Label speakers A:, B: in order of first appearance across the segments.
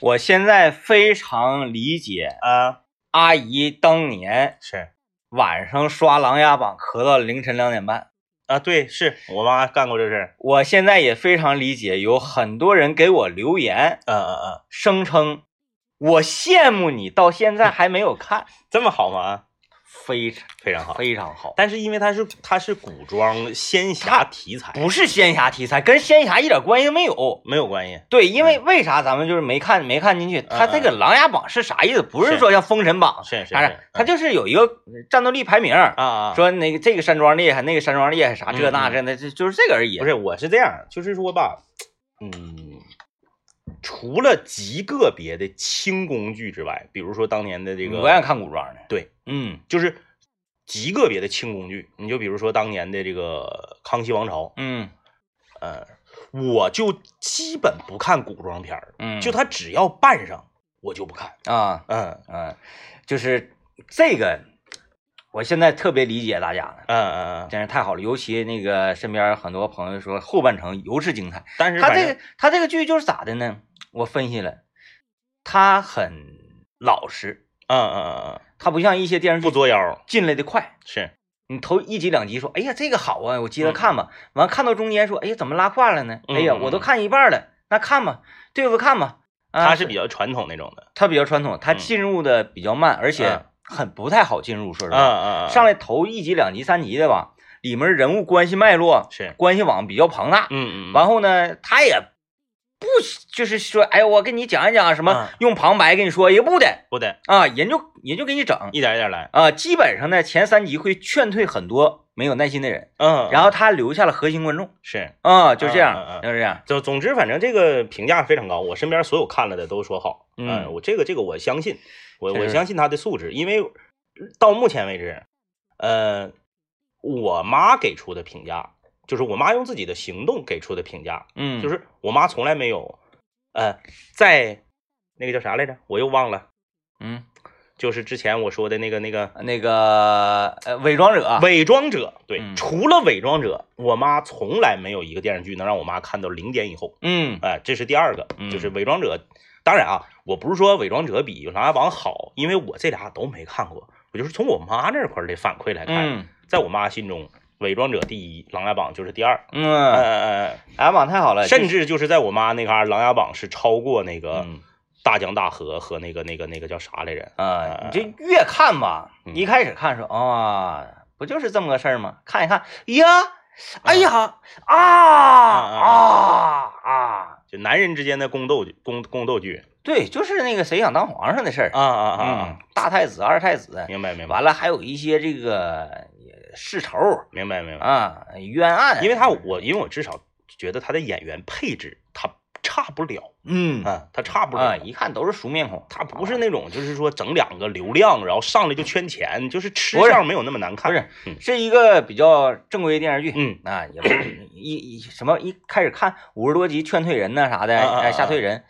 A: 我现在非常理解
B: 啊，
A: 阿姨当年
B: 是
A: 晚上刷《琅琊榜》咳到凌晨两点半。
B: 啊，对，是我妈干过这事儿。
A: 我现在也非常理解，有很多人给我留言，
B: 嗯嗯嗯，
A: 声称我羡慕你到现在还没有看，
B: 这么好吗？
A: 非常
B: 非常好。
A: 非常好，
B: 但是因为它是它是古装仙侠题材，
A: 不是仙侠题材，跟仙侠一点关系没有。
B: 没有关系。
A: 对，因为为啥咱们就是没看没看进去？它这个《琅琊榜》是啥意思？不是
B: 嗯是
A: 说像《封神榜》
B: 是是
A: 啥
B: 是嗯
A: 的，，它就是有一个战斗力排名，
B: 啊啊，
A: 说那个这个山庄厉害，那个山庄厉害，啥这
B: 嗯
A: 那
B: 嗯
A: 这那，这就是这个而已。
B: 不是，我是这样，就是说吧，嗯，除了极个别的轻工剧之外，比如说当年的这
A: 嗯我
B: 个，
A: 愿看古装的。
B: 对，
A: 嗯
B: 就是极个别的轻工剧，你就比如说当年的这个《康熙王朝》，
A: 嗯
B: 呃，我就基本不看古装片儿，
A: 嗯，
B: 就他只要扮上，我就不看。
A: 啊
B: 嗯
A: 嗯，就是这个，我现在特别理解大家了，
B: 嗯嗯嗯，
A: 真是太好了。尤其那个身边很多朋友说后半程尤是精彩。
B: 但是
A: 他
B: 反
A: 这
B: 正
A: 个他这个剧就是咋的呢？我分析了，他很老实，
B: 嗯嗯嗯
A: 他不像一些电视
B: 嗯，不
A: 剧
B: 作妖
A: 进来的快。
B: 是。
A: 你头一集两集说，哎呀这个好啊，我接着看吧。完、看到中间说，哎呀怎么拉胯了呢？
B: 嗯
A: 哎呀
B: 嗯
A: 我都看一半了，那看吧，对付看吧。啊、
B: 他是比较传统那种的，
A: 他比较传统，他
B: 嗯
A: 进入的比较慢，而且
B: 嗯
A: 很不太好进入，说实话。
B: 嗯嗯嗯，
A: 上来头一集两集三集的吧，里面人物关系脉络、
B: 是，
A: 关系网比较庞大。
B: 嗯嗯，
A: 然后呢，他也不就是说，哎呀我跟你讲一讲什么
B: 嗯
A: 用旁白跟你说，也不得
B: 不得
A: 啊，人就人就给你整
B: 一点一点来，
A: 啊。基本上呢，前三集会劝退很多没有耐心的人。
B: 嗯，
A: 然后他留下了核心观众
B: 是，
A: 啊，就这
B: 嗯
A: 样
B: 嗯，嗯
A: 就是这样，
B: 就总之反正这个评价非常高，我身边所有看了的都说好，
A: 嗯
B: 我这个这个我相信，我
A: 是
B: 我相信他的素质，因为到目前为止，呃，我妈给出的评价就是我妈用自己的行动给出的评价，
A: 嗯，
B: 就是我妈从来没有，呃，在那个叫啥来着，我又忘了，
A: 嗯
B: 就是之前我说的那个那个。
A: 那个呃伪装者，
B: 伪装者，对，
A: 嗯
B: 除了伪装者，我妈从来没有一个电视剧能让我妈看到零点以后。
A: 嗯
B: 哎、这是第二个，
A: 嗯
B: 就是伪装者。当然啊，我不是说伪装者比《琅琊榜》好，因为我这俩都没看过，我就是从我妈那块儿的反馈来看，
A: 嗯
B: 在我妈心中，伪装者第一，《琅琊榜》就是第二。呃
A: 嗯，
B: 呃，
A: 哎榜太好了，
B: 呃甚至就是在我妈那嘎儿，《琅�à�榜》是超过那
A: 就
B: 个《
A: 嗯
B: 大江大河》和那个那个那个叫啥来着？
A: 啊，你这越看吧，
B: 嗯
A: 一开始看说啊，不就是这么个事儿吗？看一看，呀，哎呀啊啊啊，
B: 就男人之间的宫斗剧，宫宫斗剧。
A: 对，就是那个谁想当皇上的事儿，
B: 啊啊啊
A: 嗯
B: 啊！，
A: 大太子、二太子，
B: 嗯明白明白
A: 完了还有一些这个呃世仇
B: 明白明白。
A: 啊、冤案，
B: 因为他我因为我至少觉得他的演员配置他差不了，
A: 嗯
B: 啊，他差不
A: 啊，
B: 了，
A: 一看都是熟面孔，
B: 他不是那种就是说整两个流量，然后上来就圈钱，就是吃
A: 不是
B: 相没有那么难看。
A: 不是
B: 嗯
A: 是一个比较正规的电视剧，
B: 嗯
A: 啊， 也不是一一什么一开始看五十多集劝退人呐啥的，
B: 啊啊啊
A: 哎吓退人，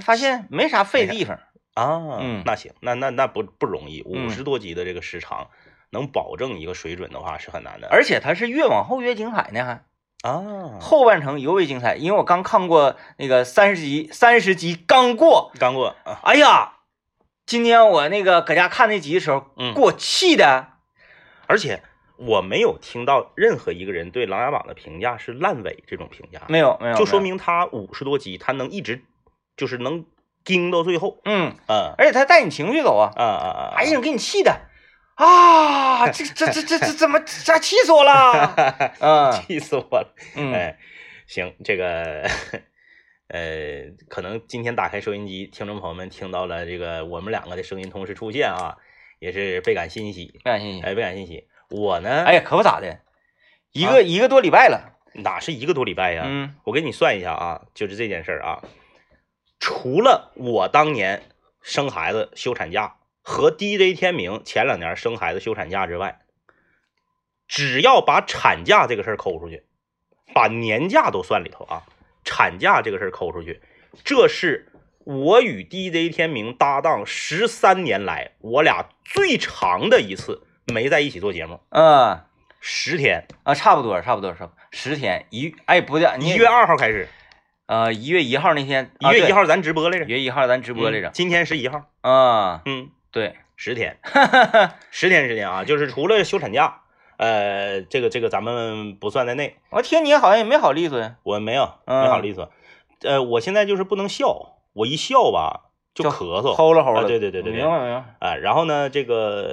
A: 发现没啥废地方，
B: 啊，
A: 嗯
B: 那行，那那那不不容易，
A: 嗯
B: 五十多集的这个时长。能保证一个水准的话是很难的，
A: 而且它是越往后越精彩呢，还
B: 啊，
A: 后半程尤为精彩，因为我刚看过那个三十集，三十集刚过，
B: 刚过啊，
A: 哎呀，今天我那个搁家看那集的时候，
B: 嗯
A: 给我气的，
B: 而且我没有听到任何一个人对《琅琊榜》的评价是烂尾这种评价，
A: 没有没有，
B: 就说
A: 没有
B: 明他五十多集他能一直就是能盯到最后，
A: 嗯，
B: 嗯
A: 而且它带你情绪走啊，
B: 啊啊啊！
A: 哎呀，给你气的啊！这这这这这怎么这气死 我了？
B: 呀，
A: 嗯
B: 气死我了！
A: 嗯，
B: 哎， 行，这个呃，可能今天打开收音机，听众朋友们听到了这个我们两个的声音同时出现啊，也是倍感欣喜，
A: 不感谢你。
B: 哎，倍感欣喜。我呢，
A: 哎，呀，可不咋的，一个一个多礼拜了。
B: 哪是一个多礼拜呀？
A: 啊嗯
B: 我给你算一下啊，就是这件事儿啊，除了我当年生孩子休产假和 DJ 天明前两年生孩子休产假之外，只要把产假这个事儿抠出去，把年假都算里头啊，产假这个事儿抠出去，这是我与 DJ 天明搭档十三年来我俩最长的一次没在一起做节目，
A: 嗯
B: 十天，
A: 啊，差不多差不多差不多，十天一哎不对，你
B: 一月二号开始，
A: 呃，一月一号那天，
B: 一月一
A: 号，嗯
B: 号咱直播来着
A: 一，月一号咱直
B: 直
A: 播来着
B: 今天十一号，
A: 啊，
B: 嗯，
A: 对，
B: 十 天，十天时间啊，就是除了休产假，呃，这个这个咱们不算在内，
A: 我听你好像也没好利索呀，
B: 我没有
A: 嗯
B: 没好利索，呃，我现在就是不能笑，我一笑吧就
A: 就
B: 咳嗽，
A: 齁了齁
B: 啊
A: 了，嗯
B: 对对对对对
A: 明白明白，
B: 啊，然后呢，这个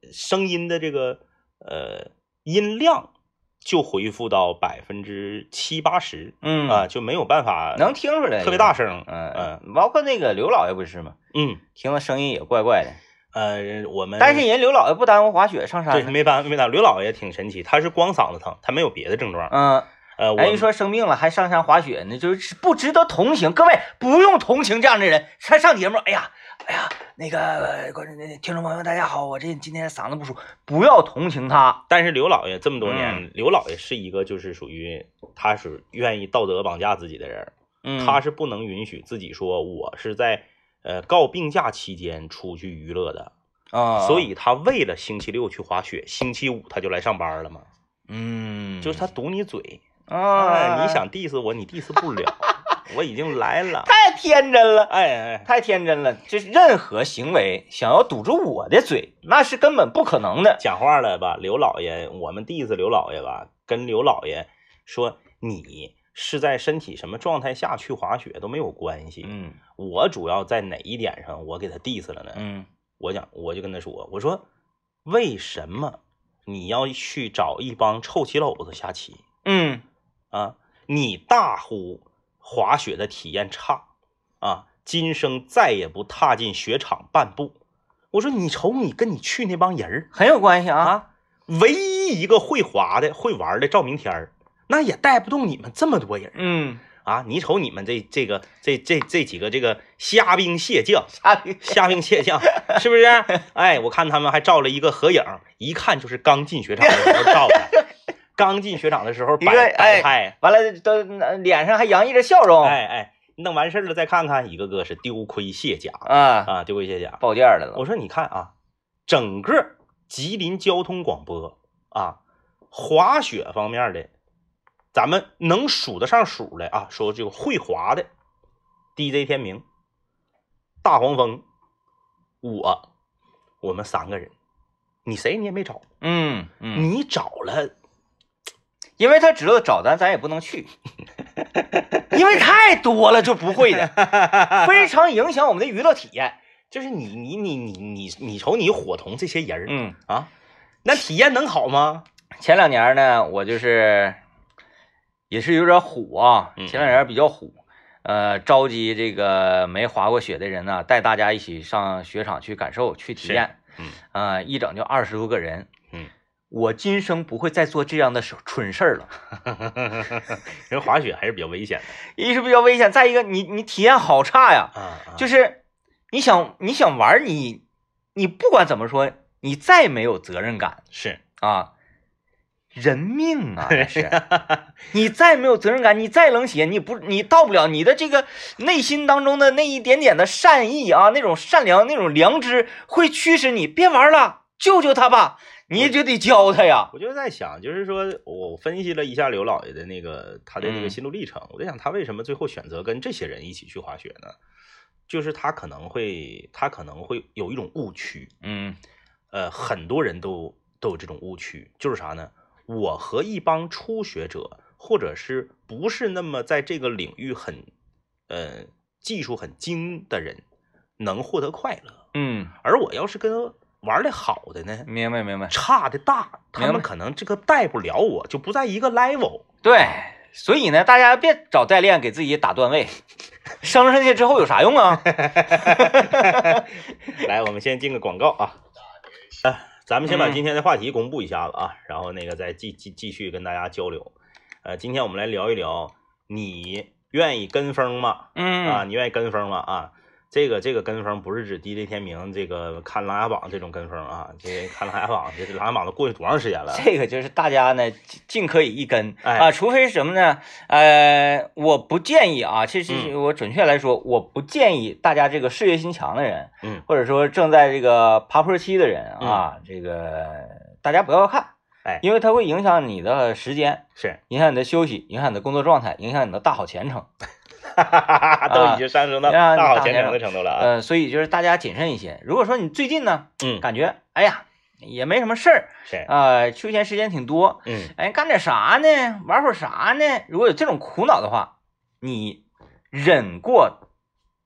B: 呃声音的这个呃音量就恢复到百分之七八十
A: 嗯
B: 啊，，就没有办法
A: 能听出来，
B: 特别大，声。
A: 嗯嗯，包括那个刘老爷不是吗？
B: 嗯
A: 听了声音也怪怪的，
B: 呃，我们
A: 但是人刘老爷不耽误滑雪上
B: 对
A: 山呢，
B: 没办没办法，刘老爷挺神奇，他是光嗓子疼，他没有别的症状。
A: 嗯，
B: 呃，我
A: 哎，一说生病了还上山滑雪呢，就是不值得同情。各位不用同情这样的人，他上节目，哎呀，哎呀，那个观众、听众朋友们，大家好，我这今天嗓子不舒服，不要同情他。
B: 但是刘老爷这么多
A: 嗯
B: 年，刘老爷是一个就是属于他是愿意道德绑架自己的人，
A: 嗯
B: 他是不能允许自己说我是在呃告病假期间出去娱乐的。
A: 啊，
B: 所以他为了星期六去滑雪，星期五他就来上班了嘛，
A: 嗯，
B: 就是他堵你嘴，
A: 啊，
B: 哎你想 diss 我，你 diss 不 了，我已经来了，
A: 太天真了。
B: 哎哎，
A: 太天真了，就是任何行为想要堵住我的嘴，那是根本不可能的。
B: 讲话了吧，刘老爷，我们 diss 刘老爷吧，跟刘老爷说你是在身体什么状态下去滑雪都没有关系，
A: 嗯
B: 我主要在哪一点上我给他 diss 了呢？
A: 嗯
B: 我讲我就跟他说，我说为什么你要去找一帮臭棋篓子下棋？
A: 嗯
B: 啊，你大呼滑雪的体验差啊，今生再也不踏进雪场半步。我说你瞅你跟你去那帮人儿
A: 很有关系啊。
B: 啊，唯一一个会滑的、会玩的赵明天儿，那也带不动你们这么多人儿
A: 嗯，
B: 啊！你瞅你们这这个这这这几个这个虾兵蟹将，
A: 差别
B: 虾兵蟹将是不是？哎，我看他们还照了一个合影，一看就是刚进雪场的时候 照的，刚进雪场的时候
A: 一个
B: 摆
A: 哎哦
B: 摆拍。
A: 完了都呃脸上还洋溢着笑容。
B: 哎哎，弄完事儿了再看看，一个个是丢盔卸甲
A: 啊，
B: 啊，丢盔卸甲。
A: 报价来了。
B: 我说你看啊，整个吉林交通广播啊，滑雪方面的，咱们能数得上数的啊，说这个会滑的，DJ 天明、大黄蜂，我，我们三个人，你谁你也没找，
A: 嗯嗯，
B: 你找了。
A: 因为他知道找咱，咱也不能去， 因为太多了，就不会的， 非常影响我们的娱乐体验。
B: 就是你你你你你你瞅你伙同这些人儿、
A: 嗯，
B: 啊，那体验能好吗？
A: 前两年呢，我就是也是有点虎啊，
B: 嗯
A: 前两年比较虎。呃，召集这个没滑过雪的人呢、带大家一起上雪场去感受、去体
B: 是
A: 验。
B: 嗯，
A: 啊，一整就二十多个人。
B: 嗯，
A: 我今生不会再做这样的手蠢事儿了。
B: 人滑雪还是比较危险
A: 一是比较危险，再一个你你体验好差呀，
B: 的啊，
A: 就
B: 就
A: 是你想你想玩儿你你不管怎么说，你再没有责任感
B: 是
A: 啊，人命啊那是，你再没有责任感，你再冷血，你不你到不了你的这个内心当中的那一点点的善意啊，那种善良那种良知会驱使你别玩儿了，救救他吧，你就得教他呀，
B: 我就在想，就是说我分析了一下刘老爷的那个他的那个
A: 嗯
B: 心路历程，我在想他为什么最后选择跟这些人一起去滑雪呢？就是他可能会，他可能会有一种误区，
A: 嗯
B: 呃，很多人都都有这种误区，就是啥呢？我和一帮初学者，或者是不是那么在这个领域很，呃，技术很精的人，能获得快乐。
A: 嗯，
B: 而我要是跟玩的好的呢，
A: 明白明白。
B: 差的大，他
A: 明
B: 们
A: 白
B: 可能这个带不了我，就不在一个 level。
A: 对，所以呢，大家别找代练给自己打段位， 升上去之后有啥用啊？
B: 来，我们先进个广告啊。呃，咱们先把
A: 嗯
B: 今天的话题公布一下子啊，然后那个再继继继续跟大家交流。呃，今天我们来聊一聊，你愿意跟风吗？啊，
A: 嗯
B: 你愿意跟风吗？啊，这个这个跟风不是指 DJ 天明这个看琅琊榜这种跟风啊，这看琅琊榜，这琅琊榜都过去多长时间了？
A: 这个就是大家呢尽尽可以一根
B: 啊哎
A: 啊，除非是什么呢？呃，我不建议啊，其实
B: 嗯
A: 我准确来说，我不建议大家这个事业心强的人，
B: 嗯
A: 或者说正在这个爬坡期的人啊，这个大家不要看。
B: 哎
A: 因为它会影响你的时间，
B: 是，
A: 影响你的休息，影响你的工作状态，影响你的大好前程。
B: 都已经上 升到
A: 啊
B: 大好
A: 大
B: 前
A: 前
B: 程
A: 程
B: 的程度了啊。
A: 呃，所以就是大家谨慎一些。如果说你最近呢，
B: 嗯，
A: 感觉哎呀也没什么事儿，
B: 是，
A: 呃，休闲时间挺多，
B: 嗯，
A: 哎，干点啥呢？玩会儿啥呢？如果有这种苦恼的话，你忍过《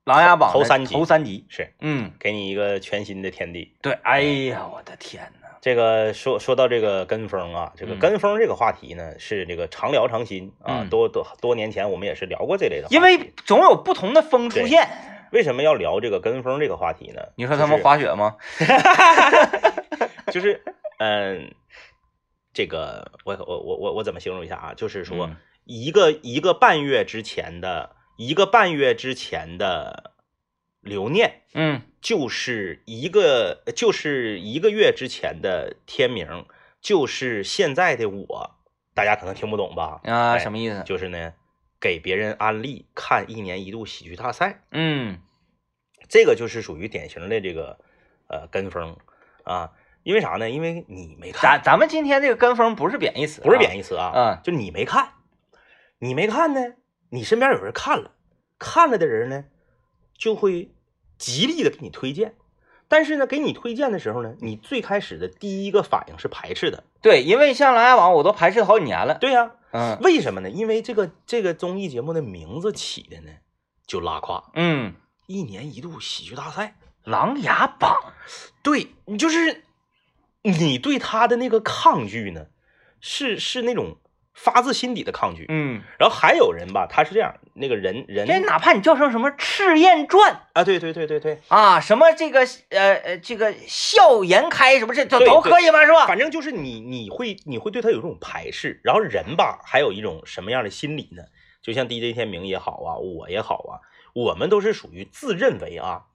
A: 琅琊榜》的
B: 头三集
A: 头三集，
B: 是
A: 嗯，
B: 给你一个全新的天地。
A: 对，哎呀，我的天呐，
B: 这个说说到这个跟风啊，这个
A: 嗯
B: 跟风这个话题呢，是这个常聊常新啊，
A: 嗯
B: 多多多年前我们也是聊过这类的话题。
A: 因为总有不同的风出
B: 对
A: 现。
B: 为什么要聊这个跟风这个话题呢？
A: 你说他们滑雪吗？
B: 就是嗯，这个我我我我我怎么形容一下啊？就是说、
A: 嗯
B: 一个一个半月之前的一个半月之前的留念，
A: 嗯
B: 就是一个就是一个月之前的天明，就是现在的我，大家可能听不懂吧？
A: 啊，
B: 哎
A: 什么意思？
B: 就是呢，给别人安利看一年一度喜剧大赛，
A: 嗯
B: 这个就是属于典型的这个呃跟风啊，因为啥呢？因为你没
A: 咱
B: 看，
A: 咱们今天这个跟风不是贬义词啊，
B: 不是贬义词啊，
A: 嗯
B: 就你没看，你没看呢，你身边有人看了，看了的人呢，就会极力的给你推荐。但是呢，给你推荐的时候呢，你最开始的第一个反应是排斥的，
A: 对，因为像《琅琊榜》，我都排斥好几年了。
B: 对呀、啊
A: 嗯
B: 为什么呢？因为这个这个综艺节目的名字起的呢，就拉胯，
A: 嗯，
B: 一年一度喜剧大赛，
A: 《琅琊榜嗯
B: 对你就是你对他的那个抗拒呢，是是那种发自心底的抗拒》。。
A: 嗯，
B: 然后还有人吧，他是这样，那个人人
A: 这哪怕你叫成什么《赤焰传》
B: 啊，对对对对对，
A: 啊，什么这个呃呃这个笑颜开什么这都
B: 对
A: 都
B: 对
A: 可以吧，是 吧？
B: 反正就是你你会你会对他有一种排斥。然后人吧，还有一种什么样的心理呢？就像 DJ 天明也好啊，我也好啊，我们都是属于自认为啊，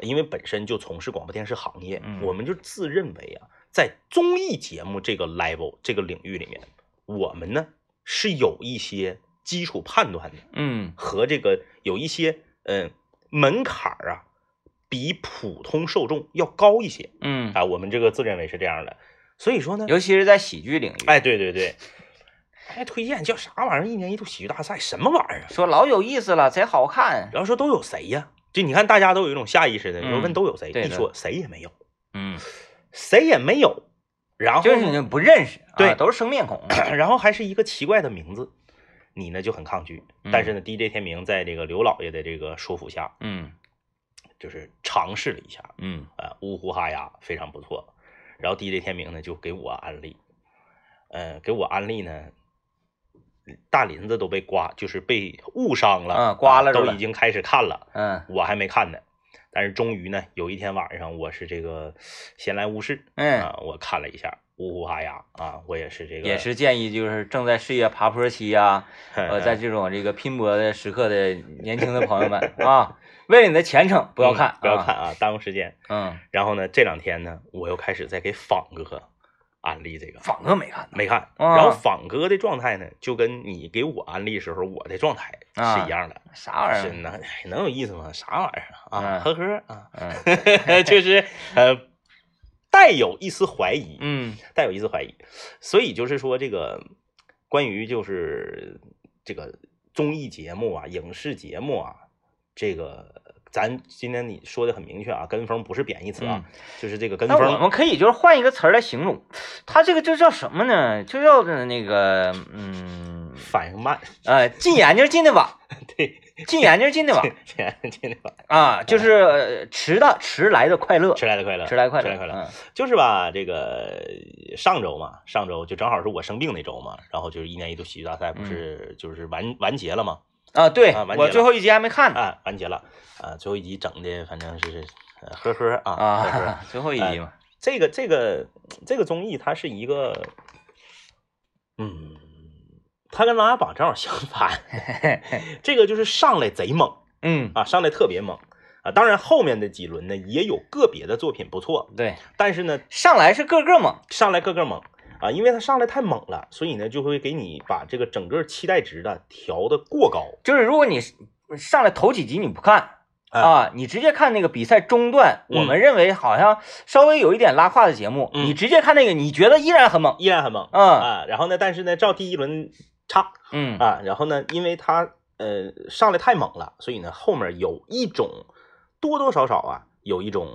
B: 因为本身就从事广播电视行业，
A: 嗯
B: 我们就自认为啊，在综艺节目这个 level 这个领域里面，我们呢是有一些基础判断的，
A: 嗯
B: 和这个有一些嗯、呃门槛儿啊，比普通受众要高一些
A: 嗯，
B: 啊。我们这个自认为是这样的，所以说呢，
A: 尤其是在喜剧领域，
B: 哎，对对对， 还推荐叫啥玩意儿？一年一度喜剧大赛什么玩意儿？啊
A: 说哎老有意思了，贼好看。
B: 然后说都有谁呀？就你看，大家都有一种下意识的，你说
A: 嗯
B: 问都有谁，
A: 对
B: 一
A: 的
B: 说谁也没有，
A: 嗯，
B: 谁也没有。然后
A: 就是
B: 呢
A: 你不认识，啊
B: 对
A: 都是生面孔。
B: 然后还是一个奇怪的名字，你呢就很抗拒。但是呢，DJ 天明在这个刘老爷的这个说服下，
A: 嗯
B: 就是尝试了一下，
A: 嗯
B: 呃，呜呼哈呀，非常不错。然后 DJ 天明呢就给我安利，呃，给我安利呢，大林子都被刮，就是被误伤了，
A: 嗯刮了
B: 啊
A: 是吧
B: 都已经开始看了，
A: 嗯，
B: 我还没看呢。但是终于呢，有一天晚上，我是这个闲来无事，
A: 嗯
B: 啊，我看了一下，呜呼哈呀，啊，我也是这个，
A: 也是建议就是正在事业爬坡期啊，
B: 嗯，
A: 呃，在这种这个拼搏的时刻的年轻的朋友 们啊，为了你的前程，不要看，
B: 不要看，啊，耽误时间。
A: 嗯，
B: 然后呢，这两天呢，我又开始在给仿哥安利这个，
A: 反哥没看呢，
B: 没看。
A: 啊
B: 然后仿哥的状态呢，就跟你给我安利时候我的状态
A: 啊
B: 是一样的，
A: 啥玩
B: 是
A: 意儿？
B: 能哎能有意思吗？啥玩意儿
A: 嗯
B: 啊？呵呵啊，
A: 嗯
B: 就是呃，带有一丝怀疑，
A: 嗯
B: 带有一丝怀疑。所以就是说，这个关于就是这个综艺节目啊、影视节目啊，这个。咱今天你说的很明确啊，跟风不是贬义词啊，就是这个跟
A: 嗯那我
B: 风，
A: 们可以就是换一个词儿来形容，它这个就叫什么呢？就叫那个嗯
B: 反应慢，
A: 呃，进眼睛进的晚，
B: 对，
A: 进眼睛进的 晚
B: 这样这样
A: 啊，就是呃迟到迟来的快乐，
B: 迟来的快乐，
A: 迟来快乐，嗯
B: 迟来快乐，就是吧，这个呃上周嘛，上周就正好是我生病那周嘛，然后就是一年一度喜剧大赛不是就是完完结了嘛，
A: 嗯啊，对
B: 啊完结了
A: 我最后一集还没看呢
B: 啊，完结了，啊，最后一集整的反正是呃呵呵啊，哎呵呵
A: 啊，最后一集嘛，
B: 这个这个这个综艺它是一个，嗯，它跟《琅琊榜》正好相反，这个就是上来贼猛
A: 嗯，
B: 啊，上来特别猛啊，当然后面的几轮呢也有个别的作品不错，
A: 对，
B: 但是呢
A: 上来是个个猛，
B: 上来个个猛啊，因为它上来太猛了，所以呢就会给你把这个整个期待值的调的过高。
A: 就是如果你上来头几集你不看，
B: 哎
A: 啊，你直接看那个比赛中段，
B: 嗯
A: 我们认为好像稍微有一点拉胯的节目，
B: 嗯
A: 你直接看那个，你觉得依然很猛。
B: 依然很猛
A: 嗯
B: 啊。然后呢，但是呢，照第一轮差
A: 嗯
B: 啊，然后呢，因为他呃上来太猛了，所以呢后面有一种多多少少啊有一种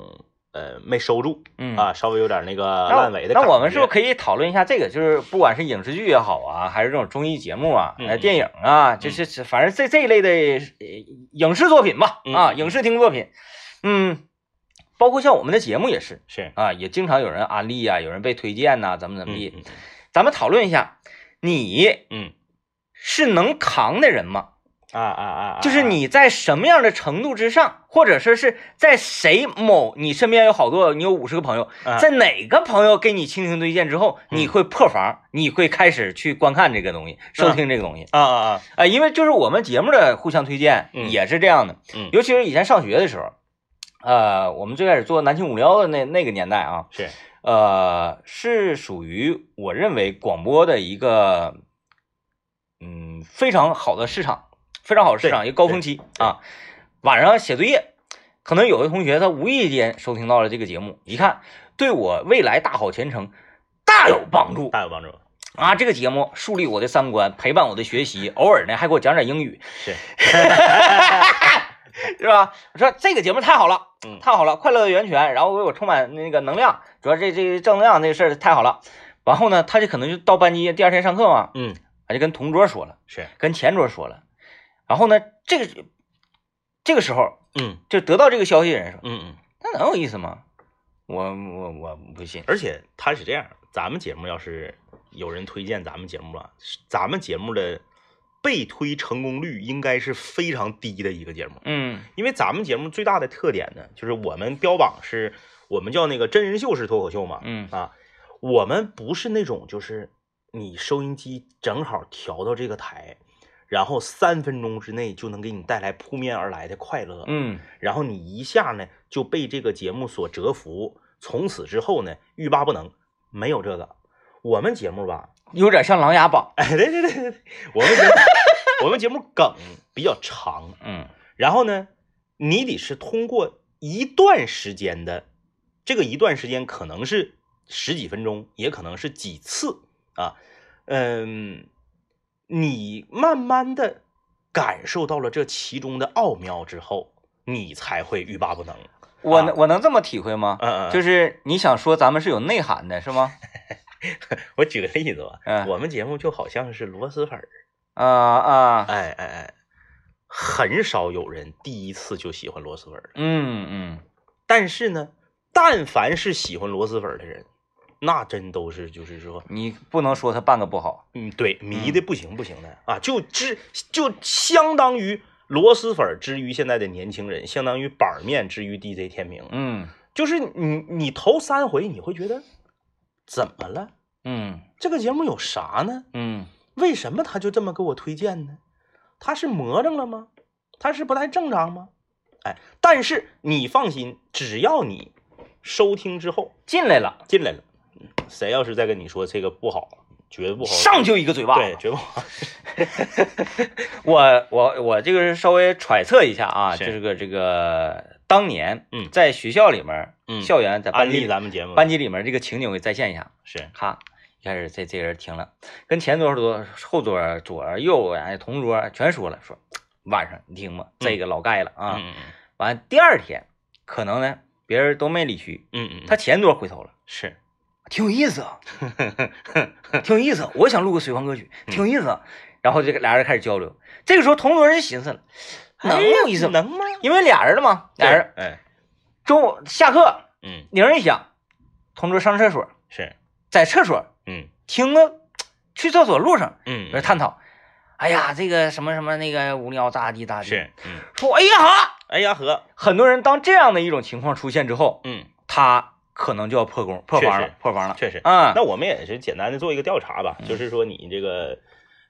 B: 呃没收住
A: 嗯
B: 啊，稍微有点那个
A: 那
B: 烂尾的
A: 那
B: 感
A: 我们是不是
B: 觉
A: 可以讨论一下这个？就是不管是影视剧也好啊，还是这种综艺节目啊，
B: 嗯
A: 呃
B: 嗯
A: 电影啊，就是是反正这这一类的呃影视作品吧，
B: 嗯
A: 啊，
B: 嗯
A: 影视厅作品，嗯，包括像我们的节目也是
B: 是
A: 啊，也经常有人安利啊，有人被推荐呐、怎么怎么地。
B: 嗯
A: 咱们讨论一下，你
B: 嗯
A: 是能扛的人吗？
B: 啊啊啊，啊
A: 就是你在什么样的程度之上，或者说是在谁某你身边有好多，你有五十个朋友，
B: 啊
A: 在哪个朋友给你倾情推荐之后，
B: 嗯
A: 你会破防，你会开始去观看这个东西，收听这个东西
B: 啊啊啊，
A: 啊、因为就是我们节目的互相推荐
B: 嗯
A: 也是这样的，
B: 嗯
A: 尤其是以前上学的时候，呃，我们最开始做南青五聊的那那个年代啊，
B: 是
A: 呃，是属于我认为广播的一个，嗯，非常好的市场，非常好的市场，一个高峰期啊。晚上写作业，可能有的同学他无意间收听到了这个节目，一看对我未来大好前程大有帮助
B: 大有帮助，
A: 啊！这个节目树立我的三观，陪伴我的学习，偶尔呢还给我讲点英语，
B: 是
A: 是吧？我说这个节目太好了，
B: 嗯
A: 太好了，快乐的源泉，然后为我充满那个能量，主要这这正能量这个事儿太好了。然后呢，他就可能就到班级第二天上课嘛，
B: 嗯
A: 他就跟同桌说了，
B: 是
A: 跟前桌说了，然后呢，这个这个时候
B: 嗯
A: 就得到这个消息的人说，
B: 嗯嗯，
A: 那能有意思吗？我我我不信，
B: 而且他是这样，咱们节目要是有人推荐咱们节目啊，是咱们节目的被推成功率应该是非常低的一个节目。
A: 嗯
B: 因为咱们节目最大的特点呢，就是我们标榜是我们叫那个真人秀式脱口秀嘛，
A: 嗯
B: 啊，我们不是那种就是你收音机正好调到这个台，然后三分钟之内就能给你带来扑面而来的快乐，
A: 嗯
B: 然后你一下呢就被这个节目所折服，从此之后呢欲罢不能，没有这个，我们节目吧，
A: 有点像《琅琊榜》，
B: 哎，对对对对对，我们节目我们节目梗比较长，
A: 嗯
B: 然后呢，你得是通过一段时间的，这个一段时间可能是十几分钟，也可能是几次啊，嗯，你慢慢的感受到了这其中的奥妙之后，你才会欲罢不能。
A: 我
B: 啊
A: 能我能这么体会吗？
B: 嗯嗯，
A: 就是是你想说咱们是有内涵的，是吗？
B: 我举个例子吧，
A: 嗯
B: 我们节目就好像是螺蛳粉儿，
A: 啊啊，
B: 哎哎哎，很少有人第一次就喜欢螺蛳粉儿。
A: 嗯嗯。
B: 但是呢，但凡是喜欢螺蛳粉儿的人，那真都是就是说，
A: 你不能说他半个不好。
B: 嗯，对，迷的不行不行的啊，就之就相当于螺蛳粉儿之于现在的年轻人，相当于板儿面之于 DJ 天明，
A: 嗯
B: 就是你你头三回你会觉得怎么了？
A: 嗯
B: 这个节目有啥呢？
A: 嗯
B: 为什么他就这么给我推荐呢？他是魔怔了吗？他是不太正常吗？哎，但是你放心，只要你收听之后，
A: 进来了，
B: 进来了，谁要是再跟你说这个不好，绝不好，
A: 上就一个嘴巴。
B: 对，绝不好，
A: 我我我这个是稍微揣测一下啊，
B: 是
A: 就是个这个当年
B: 嗯
A: 在学校里面，
B: 嗯
A: 校园在班
B: 安
A: 级
B: 利咱们节目
A: 班级里面这个情景我给再现一下，
B: 是，
A: 咔。一开始这这人停了，跟前桌桌后桌左右哎同桌全说了，说晚上你听吧，这个老盖了啊。
B: 嗯
A: 完第二天可能呢别人都没理区，
B: 嗯嗯，
A: 他前桌回头了。
B: 是，
A: 挺有意思啊，挺有意思啊。我想录个随访歌曲，挺有意思啊。
B: 嗯
A: 然后这个俩人开始交流，这个时候同桌人就寻思了，
B: 哎
A: 能有意思吗？
B: 能吗？
A: 因为俩人了嘛，俩人，
B: 哎，
A: 中午下课
B: 嗯，
A: 铃一响，同桌上厕所，
B: 是，
A: 在厕所
B: 嗯
A: 听个，去厕所路上
B: 嗯，
A: 在探讨，哎呀，这个什么什么那个无聊咋地咋地，
B: 是，嗯，
A: 说哎呀哈，
B: 哎呀呵，
A: 很多人当这样的一种情况出现之后，
B: 嗯，
A: 他可能就要破功破防
B: 确
A: 了
B: 实，
A: 破防了
B: 确实。
A: 啊，嗯
B: 那我们也是简单的做一个调查吧，就是说你这个。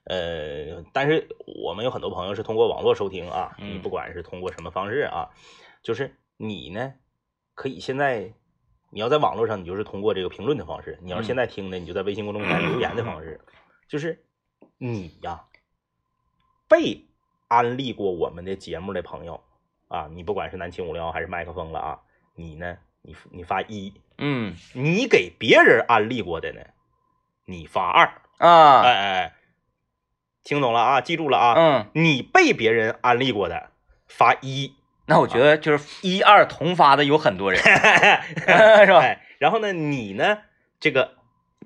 B: 呃，但是我们有很多朋友是通过网络收听啊，
A: 嗯
B: 你不管是通过什么方式啊，就是你呢，可以现在你要在网络上，你就是通过这个评论的方式；你要是现在听呢，你就在微信公众平台留言的方式。
A: 嗯
B: 就是你呀、被安利过我们的节目的朋友啊、啊，你不管是南秦五零幺还是麦克风了啊，你呢，你你发一，
A: 嗯
B: 你给别人安利过的呢，你发二，哎
A: 啊，
B: 哎哎，听懂了啊，记住了啊，
A: 嗯，
B: 你被别人安利过的发一，
A: 那我觉得就是一二同发的有很 多人， 是吧？
B: 哎，然后呢，你呢，这个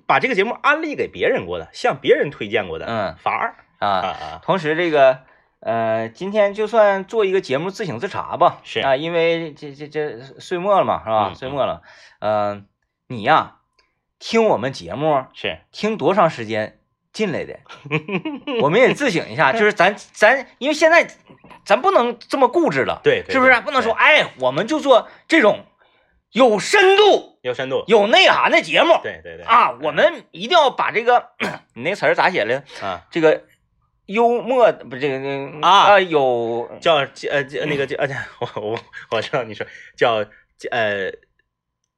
B: 把这个节目安利给别人过的，向别人推荐过的，
A: 嗯
B: 发二啊
A: 啊，
B: 啊，
A: 同时这个呃，今天就算做一个节目自省自查吧，
B: 是
A: 啊，因为这这这岁末了嘛，是吧？
B: 嗯
A: 岁末了，嗯、你呀，听我们节目
B: 是
A: 听多长时间进来的，我们也自省一 下，就是咱咱因为现在咱不能这么固执了，
B: 对，对
A: 是不是？
B: 对
A: 不能说
B: 对
A: 哎，我们就做这种有深度、
B: 有深度？
A: 有内涵的节目
B: 对对对
A: 啊，我们一定要把这个你那词儿咋写来着？
B: 啊
A: 这个幽默不是这个这个
B: 啊
A: 有
B: 叫呃叫那个叫呃 我我我知道你说叫呃，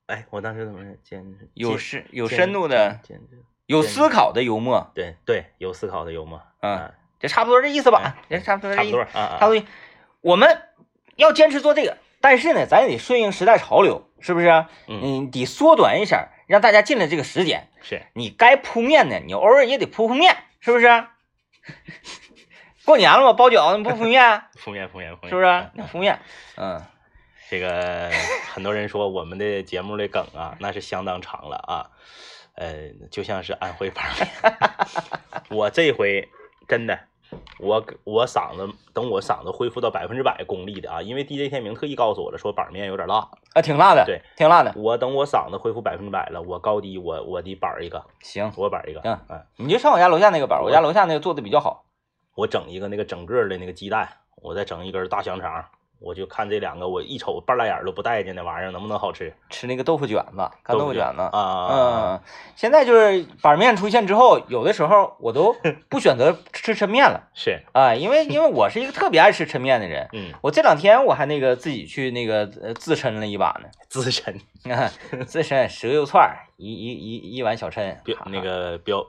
B: 哎，我当时怎么说简直
A: 有
B: 简
A: 深有
B: 简
A: 深度的、
B: 简直
A: 有思考的幽默，啊
B: 对对有思考的幽默，
A: 嗯，这差不多这意思吧
B: 哎？
A: 这差不多这
B: 差不
A: 意
B: 多
A: 思，
B: 啊啊，
A: 差不多。我们要坚持做这个，但是呢，咱也得顺应时代潮流，是不是、
B: 嗯
A: 你得缩短一下，让大家进来这个时间。
B: 是
A: 你该铺面呢，你偶尔也得铺铺面，是不是？ 过年了嘛，包饺子你不铺面，啊
B: 敷衍敷衍敷衍，
A: 是不是？那铺面，嗯，
B: 这个很多人说我们的节目的梗啊，那是相当长了啊，呃，就像是安徽方面， 我这回真的，我我嗓子等我嗓子恢复到百分之百功力的啊，因为 DJ 天明特意告诉我了，说板面有点辣，
A: 啊，挺辣的，
B: 对，
A: 挺辣的。
B: 我等我嗓子恢复百分之百了，我高低我我得板儿一个，
A: 行，
B: 我板儿一个，
A: 嗯
B: 哎，
A: 你就上我家楼下那个板儿，
B: 我
A: 我家楼下那个做的比较好。
B: 我整一个那个整个的那个鸡蛋，我再整一根大香肠，我就看这两个，我一瞅半拉眼儿都不待见那玩意儿能不能好吃，
A: 吃那个豆腐卷子，干豆腐卷子
B: 啊。啊啊啊
A: 嗯，现在就是板面出现之后，有的时候我 都不选择吃抻面了
B: 是，
A: 啊，因 为因为我是一个特别爱吃抻面的人。
B: 嗯，
A: 我这两天我还那个自己去那个呃自抻了一把呢，
B: 资深。
A: 啊，自抻十个肉串儿，一一一一碗小抻，
B: 标
A: 哈哈
B: 那个标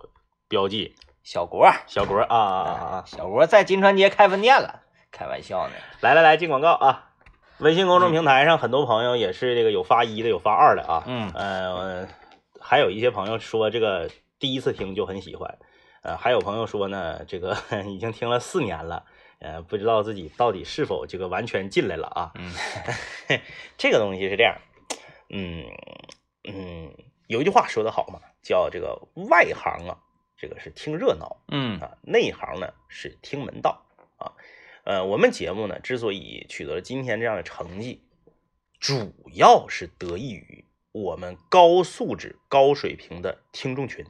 B: 标记
A: 小国儿
B: 小国儿啊啊啊啊！
A: 小国儿在金川街开分店了，开玩笑呢。
B: 来来来，进广告啊！微信公众平台上很多朋友也是这个有发一的，有发二的啊。
A: 嗯
B: 呃，还有一些朋友说这个第一次听就很喜欢，呃，还有朋友说呢，这个 已经听了四年了，呃，不知道自己到底是否这个完全进来了啊。
A: 嗯，
B: 这个东西是这样，嗯嗯，有一句话说得好嘛，叫这个外行啊，这个是听热闹。
A: 嗯
B: 啊，内行呢是听门道啊。呃，我们节目呢之所以取得了今天这样的成绩，主要是得益于我们高素质、高水平的听众群。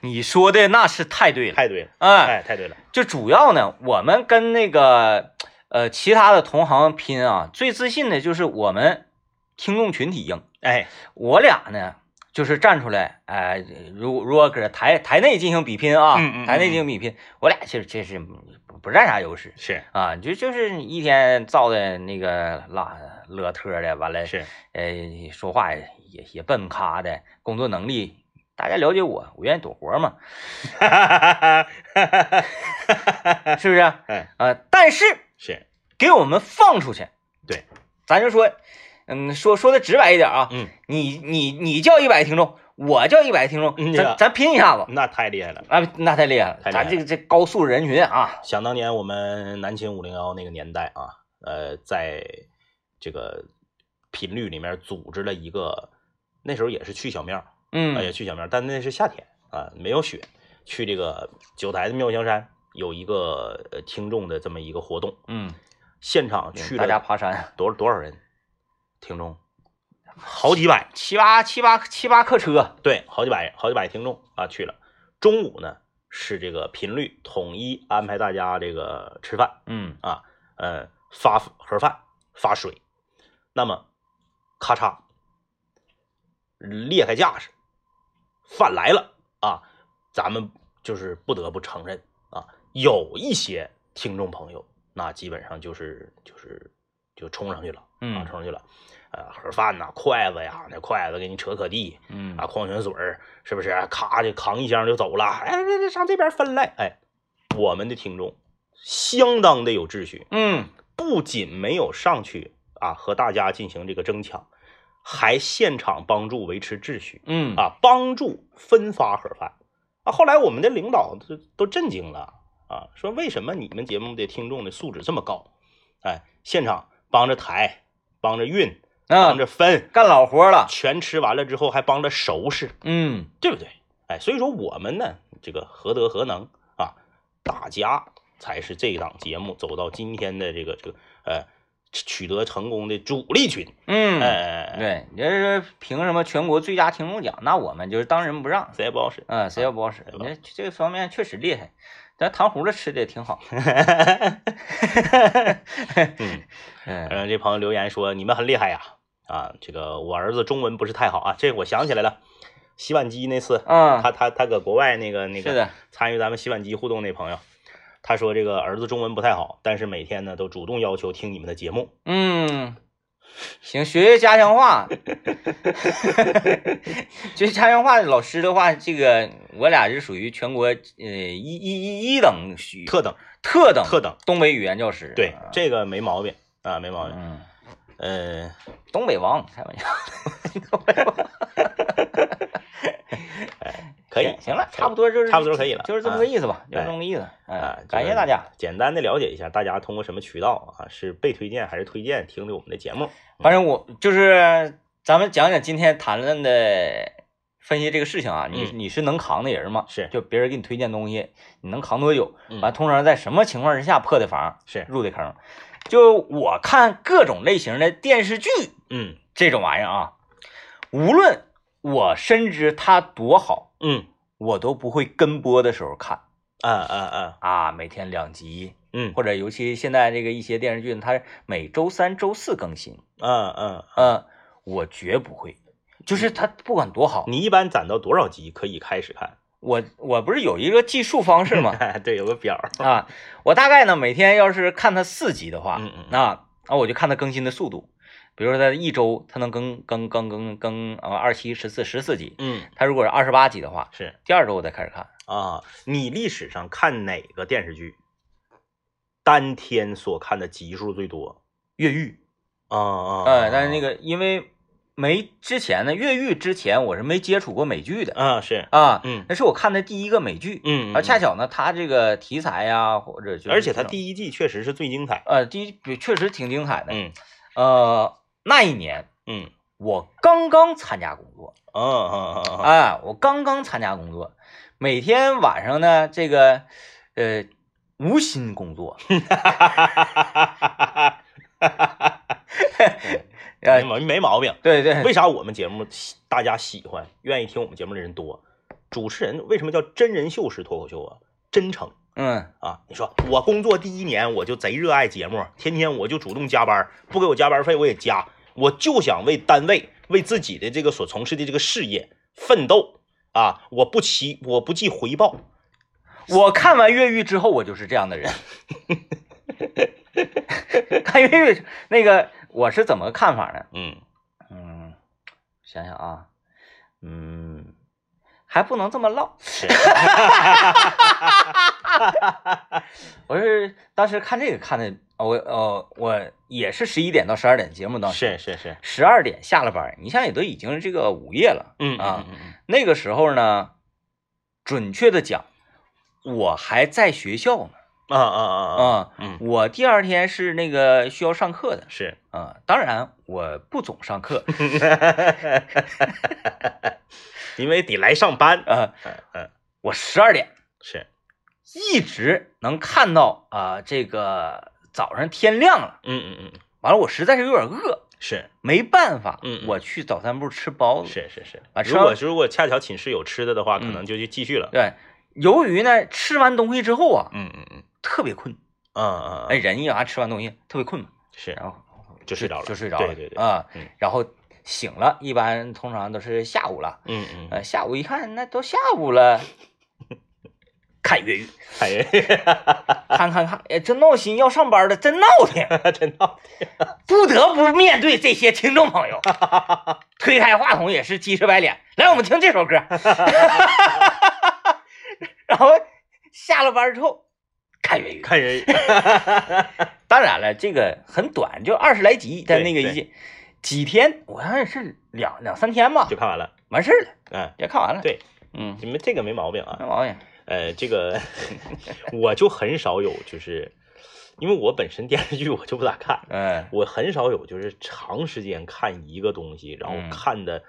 A: 你说的那是太对了，
B: 太对了，
A: 哎，
B: 哎，太对了，
A: 就主要呢，我们跟那个呃其他的同行拼啊，最自信的就是我们听众群体硬。
B: 哎，
A: 我俩呢，就是站出来，哎、如如果搁台台内进行比拼啊，
B: 嗯嗯嗯
A: 台内进行比拼，我俩其实这是不不占啥优势
B: 是
A: 啊，就就是你一天造的那个拉乐特的，完了
B: 是，
A: 呃，说话也也也笨咖的，工作能力，大家了解我，我愿意躲活嘛，
B: 哈哈哈哈哈哈，
A: 是不是？
B: 哎，
A: 呃，但是。
B: 是，
A: 给我们放出去。
B: 对，
A: 咱就说，嗯，说说的直白一点啊，
B: 嗯，
A: 你你你叫一百听众，我叫一百听众，
B: 嗯
A: 咱咱拼一下子，
B: 那太厉害了。
A: 啊，那太厉害了，
B: 太厉害哎
A: 咱这个这高素质人群啊，
B: 想当年我们南秦五零幺那个年代啊，呃，在这个频率里面组织了一个，那时候也是去小庙，
A: 嗯，
B: 啊，也去小庙，但那是夏天啊，没有雪。去这个九台的妙香山有一个呃听众的这么一个活动，
A: 嗯，
B: 现场去
A: 大家
B: 了
A: 爬山，
B: 多少多少人？听众，好几百，
A: 七八七八七八客车，
B: 对，好几百，好几百听众啊去了。中午呢是这个频率统一安排大家这个吃饭，
A: 嗯
B: 啊，呃，发盒饭发水，那么咔嚓裂开架势，饭来了啊，咱们就是不得不承认啊，有一些听众朋友那基本上就是就是就冲上去了啊，
A: 嗯
B: 冲上去了，呃，盒饭呐、筷子呀，那筷子给你扯可地，
A: 嗯
B: 啊，矿泉水儿是不是？啊咔就扛一箱就走了，哎，这这上这边分来，哎，我们的听众相当的有秩序，
A: 嗯
B: 不仅没有上去啊，和大家进行这个争抢，还现场帮助维持秩序
A: 嗯
B: 啊，帮助分发盒饭啊。后来我们的领导都都震惊了啊，说为什么你们节目的听众的素质这么高？哎，现场帮着抬，帮着运，
A: 啊
B: 帮，着分，
A: 干老活了，
B: 全吃完了之后还帮着收拾，
A: 嗯
B: 对不对？哎，所以说我们呢，这个何德何能啊？大家才是这档节目走到今天的这个这个呃取得成功的主力军。
A: 嗯，
B: 哎，
A: 对，你这是凭什么全国最佳听众奖？那我们就是当仁不让，
B: 谁也不好使。
A: 嗯，谁也不好使。你这这个方面确实厉害，咱糖葫芦吃的也挺好。
B: 嗯，
A: 嗯，
B: 嗯，这朋友留言说你们很厉害呀、啊！这个我儿子中文不是太好啊，这我想起来了，洗碗机那次，
A: 啊，
B: 他他他搁国外那个那
A: 是
B: 个
A: 的，
B: 参与咱们洗碗机互动那朋友，他说这个儿子中文不太好，但是每天呢都主动要求听你们的节目。
A: 嗯，行，学学家乡话。 这家乡话老师的话，这个我俩是属于全国呃一一一一等学
B: 特等
A: 特等
B: 特等，
A: 东北语言教师。
B: 对
A: 啊，
B: 这个没毛病啊，没毛病。
A: 嗯，
B: 呃，
A: 东北王，开玩笑。
B: 可以
A: 行，行了，差不多就是
B: 差不多可以了
A: 就是这么个意思吧，就是这么个意思。
B: 啊
A: 哎，，
B: 这
A: 感谢
B: 个
A: 大家。
B: 简单的了解一下，大家通过什么渠道啊？是被推荐还是推荐听的我们的节目？
A: 反正我就是咱们讲讲今天谈论的分析这个事情啊，你
B: 嗯
A: 你是能扛的人吗？
B: 是
A: 就别人给你推荐东西，你能扛多久？
B: 嗯
A: 完，通常在什么情况之下破的防，
B: 是，
A: 入的坑？就我看各种类型的电视剧
B: 嗯
A: 这种玩意儿啊，无论我深知它多好，
B: 嗯，
A: 我都不会跟播的时候看
B: 啊啊啊，
A: 啊，每天两集，
B: 嗯
A: 或者尤其现在这个一些电视剧，它每周三、周四更新。
B: 啊啊，
A: 呃，我绝不会，就是它不管多好，
B: 你一般攒到多少集可以开始看？
A: 我我不是有一个计数方式吗？
B: 对，有个表儿。
A: 啊，我大概呢每天要是看它四集的话
B: 嗯嗯，
A: 那啊我就看它更新的速度，比如说它一周它能更更更更更啊二七十四十四集，
B: 嗯，
A: 它如果是二十八集的话，
B: 是
A: 第二周我再开始看，
B: 啊，你历史上看哪个电视剧单天所看的集数最多？
A: 越狱，
B: 啊啊，
A: 呃，但是那
B: 个
A: 个因为没之前呢越狱之前我是没接触过美剧的
B: 啊是，
A: 啊，
B: 嗯
A: 那是我看的第一个美剧。
B: 嗯，
A: 而呃恰
B: 巧，
A: 巧呢，它这个题材呀，或者就是
B: 而且它
A: 这种
B: 第一季确实是最精彩。
A: 呃，第一比确实挺精彩的。
B: 嗯
A: 呃，那一年
B: 嗯，
A: 我刚刚参加工作，
B: 啊啊啊啊，
A: 哎，我刚刚参加工作，每天晚上呢，这个呃无心工作，
B: 没嗯
A: 呃，
B: 毛 没毛病。
A: 对对，
B: 为啥我们节目喜大家喜欢、愿意听我们节目的人多？主持人为什么叫真人秀式脱口秀啊？真诚
A: 嗯
B: 啊！你说我工作第一年我就贼热爱节目，天天我就主动加班，不给我加班费我也加，我就想为单位、为自己的这个所从事的这个事业奋斗啊！我不期我不计回报，
A: 我看完《越狱》之后，我就是这样的 人。 看《越狱》那个我是怎么个看法呢？
B: 嗯
A: 嗯，想想啊，嗯，还不能这么唠。我是当时看这个看的，我呃我也是十一点到十二点节 目当时，
B: 是是是，
A: 十二点下了班，你像也都已经这个午夜了，
B: 嗯
A: 啊，
B: 嗯嗯嗯
A: 那个时候呢，准确的讲，我还在学校呢
B: 啊啊啊啊，
A: 嗯啊、
B: 嗯
A: 我第二天是那个需要上课的
B: 是。
A: 啊、当然我不总上课
B: 因为得来上班。
A: 啊、
B: 嗯嗯，
A: 我十二点
B: 是，
A: 一直能看到啊、这个早上天亮了，
B: 嗯嗯嗯，
A: 完了我实在是有点饿，
B: 是
A: 没办法，
B: 嗯嗯
A: 我去早餐部吃包子。
B: 是是是
A: 啊。吃
B: 如
A: 完
B: 果如果恰巧寝室有吃的的话，可
A: 嗯
B: 能就就继续了。
A: 对，由于呢吃完东西之后啊，
B: 嗯嗯嗯，
A: 特别困，
B: 嗯嗯，
A: 哎，，人一啊吃完东西特别困嘛，
B: 是，
A: 然后
B: 就睡着了，
A: 就睡着了，
B: 对对对，
A: 啊
B: 嗯，
A: 然后醒了，一般通常都是下午了，
B: 嗯嗯，
A: 呃，下午一看那都下午 了，看越狱，
B: 哎，
A: 看看看，哎，这闹心，要上班了， 真闹挺。
B: 真闹
A: 不得不面对这些听众朋友， 推开话筒也是鸡翅白脸。来，我们听这首歌。 然后下了班之后，看粤语。
B: 看 人，
A: 当然了，这个很短，就二十来集，但
B: 对
A: 那个
B: 对
A: 一集几天，我好像是两两三天吧
B: 就，看完了。
A: 完事儿了，
B: 嗯，
A: 也看完了。
B: 对，
A: 嗯，
B: 你们这个没毛病啊
A: 没。毛病。
B: 呃，这 个我就很少有，就是因为我本身电视剧我就不咋看，
A: 嗯
B: 我很少有就是长时间看一个东西，然
A: 嗯
B: 后看的